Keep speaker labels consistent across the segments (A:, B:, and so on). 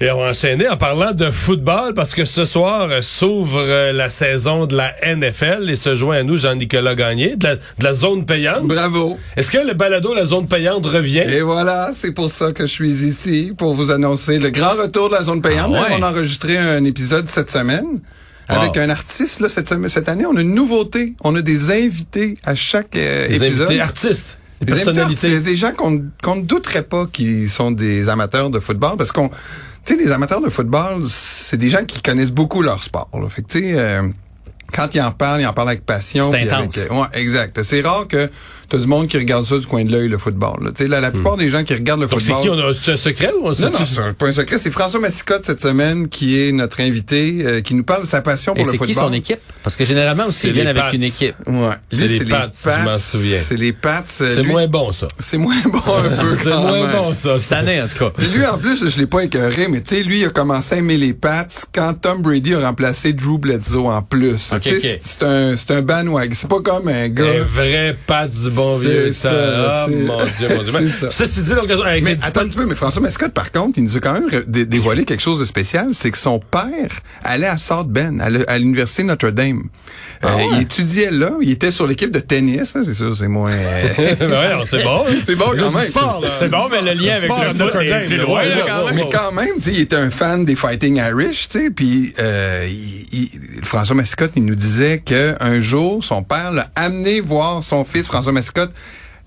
A: Et on va enchaîner en parlant de football parce que ce soir euh, s'ouvre euh, la saison de la NFL et se joint à nous Jean-Nicolas Gagné de la, de la zone payante.
B: Bravo.
A: Est-ce que le balado La zone payante revient?
B: Et voilà, c'est pour ça que je suis ici, pour vous annoncer le grand retour de la zone payante.
C: Ah ouais.
B: On a enregistré un épisode cette semaine. Avec
C: Wow.
B: un artiste, là, cette, semaine- cette année, on a une nouveauté. On a des invités à chaque euh,
A: Des
B: épisode.
A: invités artistes, des
B: Des invités
A: personnalités.
B: artistes, des gens qu'on qu'on ne douterait pas qui sont des amateurs de football parce qu'on tu sais les amateurs de football c'est des gens qui connaissent beaucoup leur sport là. fait que tu sais euh, quand ils en parlent, ils en parlent avec passion.
C: C'est
B: puis
C: intense.
B: avec- euh, ouais, exact. C'est rare que tu as du monde qui regarde ça du coin de l'œil, le football. là. Tu sais, Là, la plupart des gens qui regardent le
A: Hmm. Donc c'est
B: football...
A: qui? On a c'est un secret ou on sait-
B: Non, non, c'est pas un secret. C'est François Massicotte cette semaine qui est notre invité, euh, qui nous parle de sa passion
C: Et
B: pour le
C: c'est
B: football.
C: qui son équipe? Parce que généralement aussi,
A: C'est
C: ils viennent
A: les
C: avec
A: Pats.
C: une équipe.
B: Ouais.
A: C'est
B: Lui,
A: les Pats, je m'en souviens.
B: C'est les Pats. euh,
A: C'est
B: lui- Ah,
A: moins bon ça.
B: C'est moins bon un peu.
A: C'est
B: quand
A: moins
B: même.
A: bon ça.
C: Cette année, en tout cas.
B: Puis lui, en plus, je l'ai pas écœuré, mais tu sais, lui, il a commencé à aimer les Pats quand Tom Brady a remplacé Drew Bledsoe en plus.
C: Ok,
B: Tu sais,
C: ok.
B: c'est- C'est un, c'est un bandwagon. C'est pas comme un gars.
A: Un vrai Pat du bon
B: C'est
A: vieux
B: ça,
A: temps.
B: là,
A: Ah,
B: tu sais.
A: mon Dieu, mon Dieu.
B: C'est
A: Mais
B: ça.
A: Ceci dit, l'occasion- hey,
B: Mais
A: c'est-
B: attends un petit peu, mais François Mascotte, par contre, il nous a quand même dé- dévoilé quelque chose de spécial, c'est que son père allait à South Bend, à le- à l'université Notre-Dame. Euh, Il étudiait là, il était sur l'équipe de tennis, hein, c'est sûr, c'est moins... euh,
A: ouais, non, c'est bon. hein.
B: C'est bon quand même.
A: sport, là.
C: C'est bon, mais le lien avec
A: Sport
C: le
A: de
C: foot est
A: Notre-Dame,
C: plus
A: là.
C: loin,
A: Ouais,
C: là,
A: ouais,
C: quand
A: ouais,
C: même.
B: Mais quand même, tu sais, il était un fan des Fighting Irish, tu sais, puis euh, il- il- François Mascotte, il nous disait que un jour, son père l'a amené voir son fils François Mascotte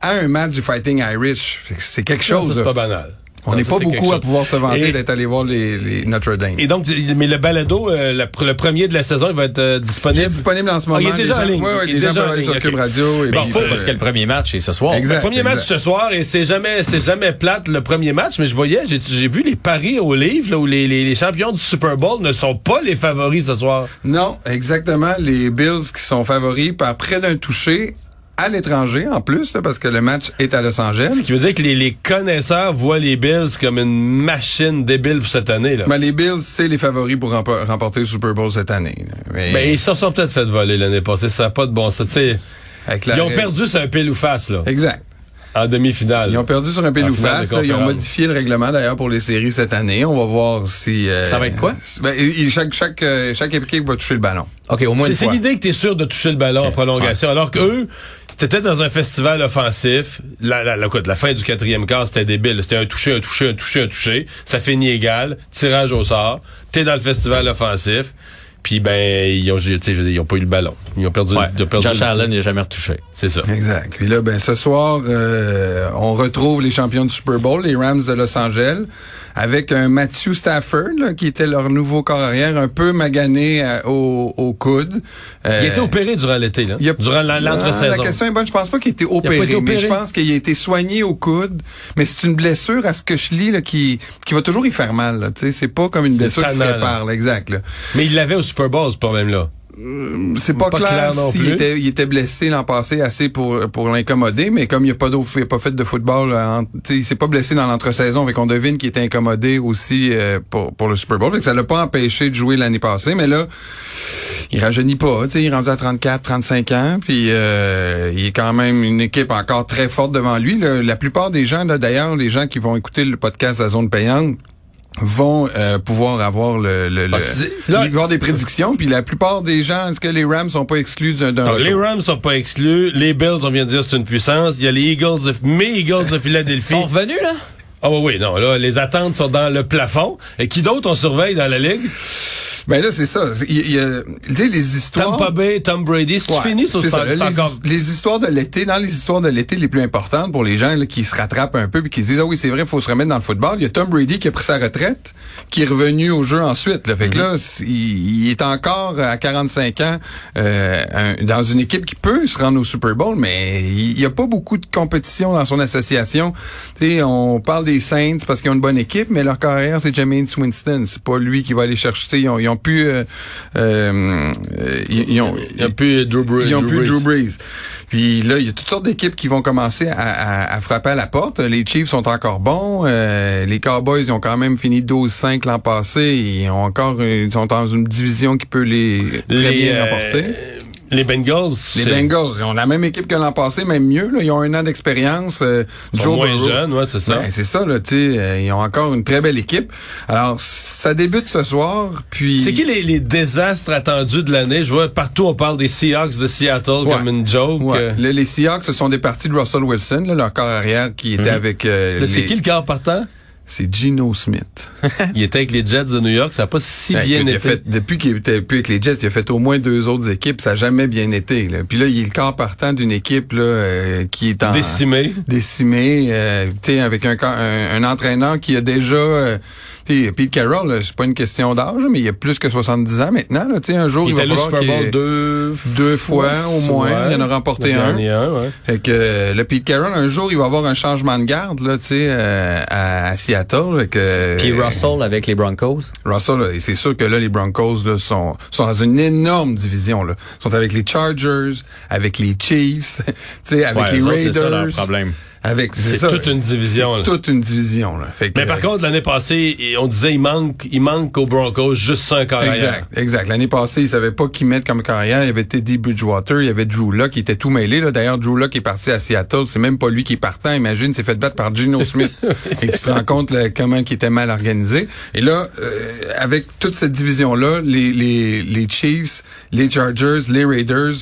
B: à un match du Fighting Irish. Fait que C'est quelque
A: Ça,
B: chose.
A: C'est
B: là.
A: pas banal.
B: On
A: Non,
B: n'est
A: ça,
B: pas
A: c'est quelque
B: beaucoup à
A: chose.
B: pouvoir se vanter
A: Et-
B: d'être allé voir les, les Notre Dame.
A: Et donc, mais le balado, euh, la- le premier de la saison, il va être euh,
B: Il est
A: disponible.
B: disponible en ce
A: Ah,
B: moment.
A: il est
B: Les
A: déjà
B: gens-
A: en ligne.
B: ouais, ouais,
A: Il est
B: les gens
A: déjà
B: peuvent
A: en
B: aller sur
A: ligne,
B: Cube
A: ok.
B: Radio. Et
A: Ben,
C: Bon,
B: puis,
C: faut,
B: euh,
C: parce que le premier match est ce soir.
B: Exact.
A: Le premier
B: exact.
A: match ce soir, et c'est jamais, c'est jamais plate le premier match, mais je voyais, j'ai- j'ai vu les paris au livre, là, où les, les- les champions du Super Bowl ne sont pas les favoris ce soir.
B: Non, exactement. Les Bills qui sont favoris par près d'un touché à l'étranger, en plus, là, parce que le match est à Los Angeles.
A: Ce qui veut dire que les, les connaisseurs voient les Bills comme une machine débile pour cette année, là.
B: Mais les Bills, c'est les favoris pour rempo- remporter le Super Bowl cette année. là.
A: Mais
B: Mais
A: Ben, ils se sont peut-être fait voler l'année passée, ça n'a pas de bon sens. tu sais.
B: avec la
A: Ils ont
B: règle-
A: perdu sur un pile ou face, là,
B: Exact.
A: en demi-finale.
B: Ils ont perdu sur un pile
A: En
B: ou
A: finale de
B: face. là. Ils ont
A: conférence.
B: modifié le règlement d'ailleurs pour les séries cette année. On va voir si euh,
C: Ça va être quoi?
B: Ben, il- chaque chaque euh, chaque équipe va toucher le ballon.
C: OK, au moins
A: C'est
C: une
A: c'est
C: fois.
A: l'idée que tu es sûr de toucher le ballon en prolongation. Alors qu'eux, c'était dans un festival offensif. La, la, la, écoute, la fin du quatrième quart, c'était débile. C'était un toucher, un toucher, un toucher, un toucher. Ça finit égal. Tirage au sort. T'es dans le festival offensif. Puis ben, ils ont, tu sais, je veux dire, ils ont pas eu le ballon. Ils ont perdu.
C: Ouais.
A: ils ont perdu
C: Josh
A: le-
C: Allen n'est jamais retouché.
A: C'est ça.
B: Exact. Puis là, ben ce soir, euh, on retrouve les champions du Super Bowl, les Rams de Los Angeles, avec un Matthew Stafford là, qui était leur nouveau corps arrière, un peu magané euh, au, au coude. Euh,
A: Il a été opéré durant l'été, là.
B: Il a-
A: Durant la-
B: Ah, La
A: l'entre-saison.
B: question est bonne. Je pense pas qu'il ait été
A: Il a pas
B: opéré,
A: été opéré.
B: mais je pense qu'il a été soigné au coude. Mais c'est une blessure, à ce que je lis, là, qui, qui va toujours y faire mal. là. Tu sais, C'est pas comme une blessure qui se
A: tannant, là.
B: répare. là. Exact. là.
A: Mais il l'avait au Super Bowl, ce problème-là.
B: C'est pas,
A: Pas clair
B: clair,
A: non
B: s'il
A: plus.
B: était, il était blessé l'an passé assez pour, pour l'incommoder, mais comme il a pas d'off- il a pas fait de football, là, en- tu sais, il s'est pas blessé dans l'entre-saison, mais qu'on devine qu'il était incommodé aussi euh, pour, pour le Super Bowl. Fait que ça l'a pas empêché de jouer l'année passée, mais là, il rajeunit pas. tu sais, Il est rendu à 34, 35 ans, puis euh, il est quand même une équipe encore très forte devant lui. là. La plupart des gens, là, d'ailleurs, les gens qui vont écouter le podcast La Zone Payante, vont euh, pouvoir avoir le, le, le-
A: c'est- Ah, là-
B: il va y avoir des prédictions puis la plupart des gens est-ce que les Rams sont pas exclus d'un d'un
A: Donc, Ah, les
B: retour?
A: Rams sont pas exclus. Les Bills, on vient de dire, c'est une puissance. Il y a les Eagles de, mes Eagles de
C: Ils
A: Philadelphie.
C: sont revenus, là?
A: Ah oui, oui, non, là, les attentes sont dans le plafond. Et qui d'autre on surveille dans la Ligue?
B: ben là c'est ça C'est- il y a tu sais, les histoires
A: Tampa Bay, Tom Brady, c'est
B: Ouais,
A: fini, ça, c'est
B: c'est ça.
A: c'est
B: Là, les,
A: encore...
B: les histoires de l'été, dans les histoires de l'été les plus importantes pour les gens là, qui se rattrapent un peu puis qui se disent ah oui c'est vrai faut se remettre dans le football. Il y a Tom Brady qui a pris sa retraite, qui est revenu au jeu ensuite. Là. Fait
A: Mm-hmm.
B: que là c- il, il est encore à 45 ans euh, un- dans une équipe qui peut se rendre au Super Bowl, mais il n'y a pas beaucoup de compétition dans son association. Tu sais, on parle des Saints parce qu'ils ont une bonne équipe, mais leur carrière c'est Jermaine Winston. C'est pas lui qui va aller chercher. Tu sais, Ils ont, ils ont pu euh, euh, euh, ils- ils ont-
A: Il n'y a plus Drew Brees.
B: ils ont plus
A: Brees.
B: Drew Brees. Puis là, il y a toutes sortes d'équipes qui vont commencer à, à- à frapper à la porte. Les Chiefs sont encore bons. Euh, les Cowboys ils ont quand même fini 12-5 l'an passé. Ils ont encore, ils sont dans une division qui peut les très
A: Les,
B: bien
A: euh,
B: remporter.
A: Les Bengals.
B: Les
A: c'est-
B: Bengals, ils ont la même équipe que l'an passé, même mieux. Là, ils ont un an d'expérience. euh,
A: Ils sont
B: Joe
A: moins
B: Burrow.
A: jeunes, ouais, c'est ça.
B: Ben, c'est ça, là, tu sais, euh, ils ont encore une très belle équipe. Alors, ça débute ce soir, puis...
A: C'est qui les, les désastres attendus de l'année? Je vois partout, on parle des Seahawks de Seattle
B: Ouais.
A: comme une joke.
B: Ouais.
A: Euh,
B: Là, les Seahawks, ce sont des parties de Russell Wilson, là, leur corps arrière qui était avec... euh,
A: Mhm. là, C'est
B: les-
A: qui le quart partant?
B: C'est Gino Smith.
A: Il était avec les Jets de New York, ça n'a pas si
B: Ben,
A: bien
B: écoute,
A: été.
B: il a fait- depuis qu'il était plus avec les Jets, il a fait au moins deux autres équipes. Ça n'a jamais bien été. là. Puis là, il est le corps partant d'une équipe là, euh, qui est en...
A: Décimé.
B: décimé, euh, tu sais, avec un, ca- un, un entraîneur qui a déjà... euh, tu sais, Pete Carroll, là, c'est pas une question d'âge, mais il a plus que 70 ans maintenant. là. Tu sais, un jour,
A: Il
B: il,
A: était allé
B: va
A: au
B: falloir
A: Super
B: qu'il
A: Bowl
B: ait-
A: deux,
B: deux fois, au moins. Il en a remporté
A: Le
B: un.
A: dernier ouais.
B: Fait que euh, le Pete Carroll, un jour, il va avoir un changement de garde là, tu sais, euh, à, à Seattle. Fait que,
C: Puis
B: euh,
C: Russell avec les Broncos.
B: Russell, là, et c'est sûr que là, les Broncos là, sont, sont dans une énorme division. Là. Ils sont avec les Chargers, avec les Chiefs, tu sais, avec
C: Ouais,
B: les
C: eux autres,
B: Raiders.
C: c'est ça leur problème.
B: Avec, c'est
A: C'est
B: ça.
A: toute une division. là.
B: toute une division. Là. Fait que,
A: Mais par
B: euh,
A: contre, l'année passée, il- on disait il manque, il manque aux Broncos juste ça un corps arrière.
B: Exact, exact. L'année passée, ils savaient pas qui mettre comme carrière. Il y avait Teddy Bridgewater, il y avait Drew Locke, qui était tout mêlé. là. D'ailleurs, Drew Locke est parti à Seattle. C'est même pas lui qui est partant. Imagine, c'est fait battre par Gino Smith. Et tu te rends compte là, comment qui était mal organisé. Et là, euh, avec toute cette division-là, les, les, les Chiefs, les Chargers, les Raiders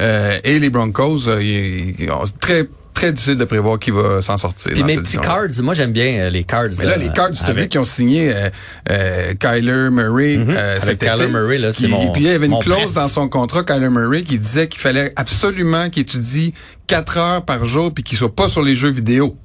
B: euh, et les Broncos, euh, ils- ils ont très très difficile de prévoir qui va s'en sortir.
C: Puis
B: dans
C: mes
B: cette
C: petits
B: division-là.
C: cards, moi j'aime bien euh, les cards.
B: Mais là, les Cards, tu as vu
C: avec- Mhm.
B: qu'ils ont signé euh, euh, Kyler Murray. euh,
C: Avec
B: cet été.
C: Kyler Murray, là, c'est
B: Puis-
C: mon-
B: Puis il y avait une
C: mon
B: clause
C: préf.
B: dans son contrat, Kyler Murray, qui disait qu'il fallait absolument qu'il étudie 4 heures par jour puis qu'il soit pas sur les jeux vidéo.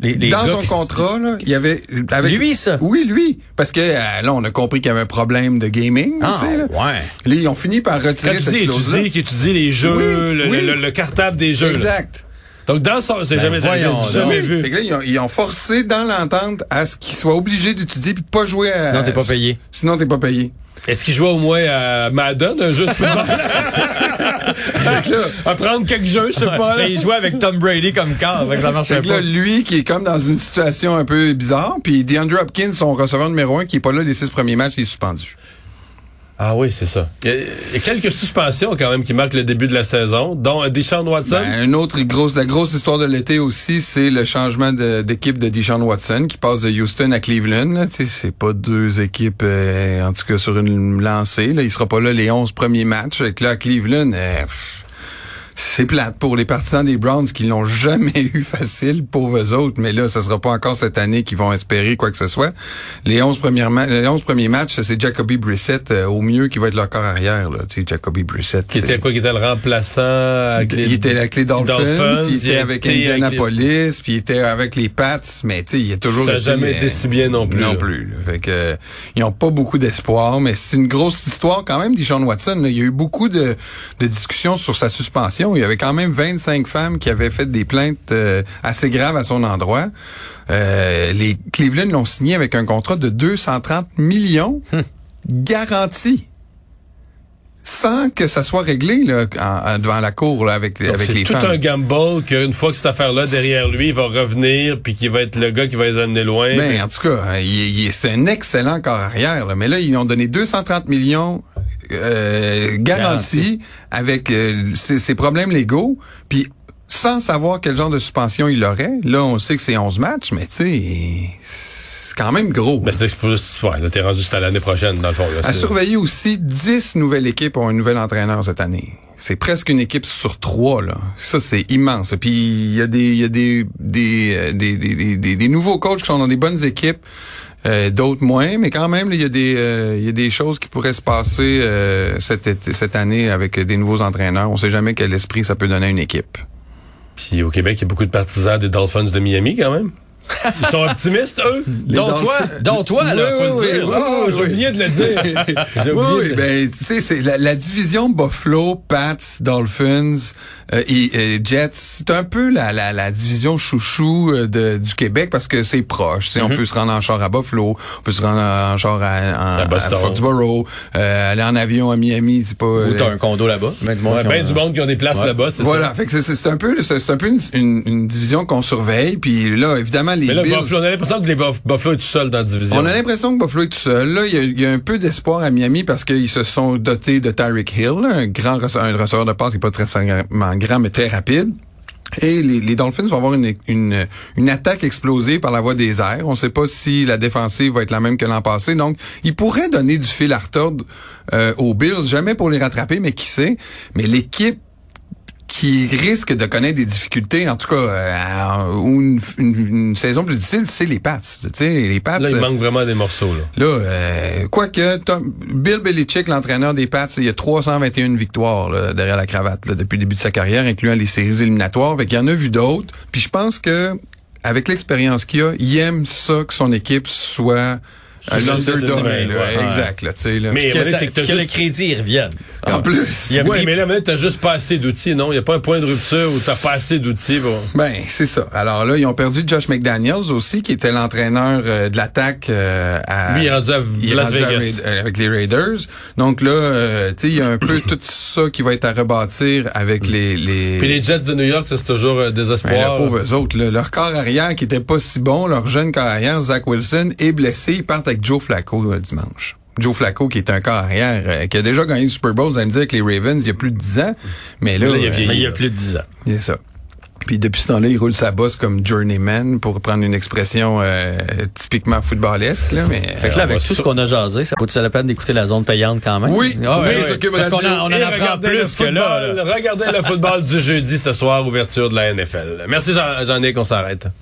C: les, les
B: dans
C: gars
B: son
C: qui-
B: contrat, là, il y avait... avec-
C: Lui, ça?
B: Oui, lui. Parce que euh, là, on a compris qu'il y avait un problème de gaming.
C: Ah,
B: tu sais, là.
C: ouais.
B: Là, ils ont fini par
A: Quand
B: retirer
A: tu
B: cette
A: dis
B: clause-là.
A: étudier, qu'étudier les jeux,
B: Oui,
A: le,
B: oui.
A: le- le cartable des jeux. là.
B: Exact. Ben,
A: Donc dans ça, c'est jamais, j'ai
C: voyons donc.
A: jamais
B: Oui.
A: vu.
B: Fait que là, ils, ont, ils ont forcé dans l'entente à ce qu'ils soient obligés d'étudier puis de pas jouer à...
C: Sinon, t'es pas payé.
B: Sinon, t'es pas payé.
A: Est-ce qu'il jouait au moins à Madden, un jeu de football? à prendre quelques jeux, je sais pas. là.
C: Mais il jouait avec Tom Brady comme quart, fait que ça marchait
B: Fait que là,
C: pas.
B: lui qui est comme dans une situation un peu bizarre, puis DeAndre Hopkins, son receveur numéro un, qui est pas là les six premiers matchs, il est suspendu.
A: Ah oui, c'est ça. Il y, a, il y a quelques suspensions quand même qui marquent le début de la saison, dont euh, Deshaun Watson.
B: Ben, une autre grosse, la grosse histoire de l'été aussi, c'est le changement de- d'équipe de, Dijon Watson qui passe de Houston à Cleveland. là. Tu sais, c'est pas deux équipes, euh, en tout cas sur une lancée. Là. Il sera pas là les 11 premiers matchs. Fait que là, à Cleveland, euh, pff, c'est plate pour les partisans des Browns qui l'ont jamais eu facile, pauvres autres. Mais là, ça sera pas encore cette année qu'ils vont espérer quoi que ce soit. Les 11, premières ma- les 11 premiers matchs, c'est Jacoby Brissett euh, au mieux qui va être leur corps arrière. Là. Tu sais, Jacoby Brissett.
A: qui
B: c'est-
A: était quoi? Qui était le remplaçant? avec les-
B: il était avec les Dolphins,
A: Dolphins,
B: puis il était
A: a
B: avec
A: été avec
B: Indianapolis, puis il était avec les Pats, mais tu sais, il a toujours
A: Ça a jamais été si bien non plus,
B: Non
A: là.
B: plus. là. Fait que euh, ils ont pas beaucoup d'espoir, mais c'est une grosse histoire quand même Deshaun Watson, là. il y a eu beaucoup de, de discussions sur sa suspension, il y avait quand même 25 femmes qui avaient fait des plaintes euh, assez graves à son endroit. Euh, les Cleveland l'ont signé avec un contrat de 230 millions
A: Hum.
B: garanti sans que ça soit réglé là, en- en- devant la cour là, avec,
A: Donc,
B: avec
A: C'est
B: les
A: tout
B: femmes.
A: un gamble qu'une fois que cette affaire-là derrière lui, il va revenir puis qu'il va être le gars qui va les amener loin.
B: Mais en tout cas, hein, il- il- c'est un excellent corps arrière. là. Mais là, ils ont donné 230 millions euh, garantis avec euh, ses, ses problèmes légaux, puis sans savoir quel genre de suspension il aurait. Là, on sait que c'est 11 matchs, mais tu sais, c'est quand même gros.
A: Mais c'est exposé- ouais, là, t'es rendu jusqu'à l'année prochaine, dans le fond. là.
B: À
A: C'est-
B: surveiller aussi, 10 nouvelles équipes ont un nouvel entraîneur cette année. C'est presque une équipe sur trois, là. Ça, c'est immense. Puis il y a des, il y a des, des, euh, des, des, des, des- des nouveaux coachs qui sont dans des bonnes équipes, euh, d'autres moins, mais quand même, là, il y a des, euh, il y a des choses qui pourraient se passer euh, cet été- cette année avec des nouveaux entraîneurs. On sait jamais quel esprit ça peut donner à une équipe.
A: Puis au Québec, il y a beaucoup de partisans des Dolphins de Miami quand même. Ils sont optimistes, eux.
C: Dont
B: Dolphins-
C: toi, dont toi, là,
B: Oui,
C: faut
B: oui,
C: le dire.
B: oui, Ah,
C: là.
A: Oh, j'ai
B: oui.
A: oublié de le dire. J'ai
B: Oui,
A: oublié
B: oui,
A: de-
B: ben, tu sais, c'est la, la division Buffalo, Pats, Dolphins euh, et, et Jets, c'est un peu la, la, la division chouchou euh, de, du Québec parce que c'est proche. tu sais,
A: Mm-hmm.
B: On peut se rendre en char à Buffalo, on peut se rendre en char à, en-
A: À Boston.
B: Foxborough, euh, aller en avion à Miami, c'est pas...
C: Ou
B: euh,
C: t'as un condo là-bas. Ben, du monde
A: Ouais,
C: qui
A: ben
C: ont-
A: du monde qui ont des places là-bas, c'est
B: voilà, fait que c'est- c'est c'est un peu, c'est c'est un peu une, une- une division qu'on surveille. Puis là, évidemment, les
A: Mais là,
B: Bills-
A: Buffalo, on a l'impression que les Buff- Buffalo est tout seul dans la division.
B: On a l'impression que Buffalo est tout seul. Là, il y a- il y, a un peu d'espoir à Miami parce qu'ils se sont dotés de Tyreek Hill, là, un grand rece- un receveur de passe qui n'est pas très sangrement grand, mais très rapide. Et les, les Dolphins vont avoir une, une, une attaque explosée par la voie des airs. On ne sait pas si la défensive va être la même que l'an passé. Donc, ils pourraient donner du fil à retordre euh, aux Bills, jamais pour les rattraper, mais qui sait. Mais l'équipe qui risque de connaître des difficultés, en tout cas, euh, ou une, une- une saison plus difficile, c'est les Pats. Tu sais, les Pats.
A: Là, il
B: euh,
A: manque vraiment des morceaux, là.
B: Là, euh, quoique, Tom- Bill Belichick, l'entraîneur des Pats, il y a 321 victoires là, derrière la cravate là, depuis le début de sa carrière, incluant les séries éliminatoires. Fait qu'il y en a vu d'autres. Puis je pense que avec l'expérience qu'il a, il aime ça que son équipe soit un
A: le
B: underdog.
A: système,
B: là,
A: ouais.
B: Exact, là, tu sais. Là.
A: Mais-
C: Que,
A: c'est
C: ça-
A: que t'as
C: que le
A: juste-
C: crédit revienne.
B: en plus,
C: Il y a-
A: Oui,
C: pris-
A: mais là, maintenant, t'as juste pas assez d'outils, non? Il n'y a pas un point de rupture où t'as pas assez d'outils. bon.
B: Ben, c'est ça. Alors là, ils ont perdu Josh McDaniels aussi, qui était l'entraîneur euh, de l'attaque euh, à...
A: Lui, il est rendu à
B: il est
A: Las
B: rendu à
A: Vegas.
B: Raid- euh, avec les Raiders. Donc là, euh, tu sais, il y a un peu tout ça qui va être à rebâtir avec les... les...
A: Puis les Jets de New York, ça, c'est toujours euh,
B: Ben, la
A: désespoir.
B: pauvre eux autres, là. leur corps arrière qui était pas si bon, leur jeune corps arrière, Zach Wilson, est blessé. Ils partent avec Joe Flacco euh, dimanche. Joe Flacco, qui est un corps arrière, euh, qui a déjà gagné le Super Bowl, vous allez me dire, avec les Ravens, il y a plus de 10 ans. Mais là,
A: Là, il a
B: euh,
A: vieilli.
C: Mais il y a plus de 10 ans.
B: c'est ça. Puis depuis ce temps-là, il roule sa bosse comme journeyman, pour prendre une expression euh, typiquement footballesque. Là, mais,
C: Fait que là, avec tout ce qu'on a jasé, ça vaut-il la peine d'écouter la zone payante quand même?
B: Oui,
C: Ah ouais,
B: oui,
C: ouais.
B: c'est ce que
C: Parce
B: m'a
C: qu'on
B: dit.
C: en, on en
A: Et
C: apprend
A: regardez le
C: plus que là. là.
A: football. Regardez le football du jeudi ce soir, ouverture de la NFL. Merci Jean- Jean-Nic, on s'arrête.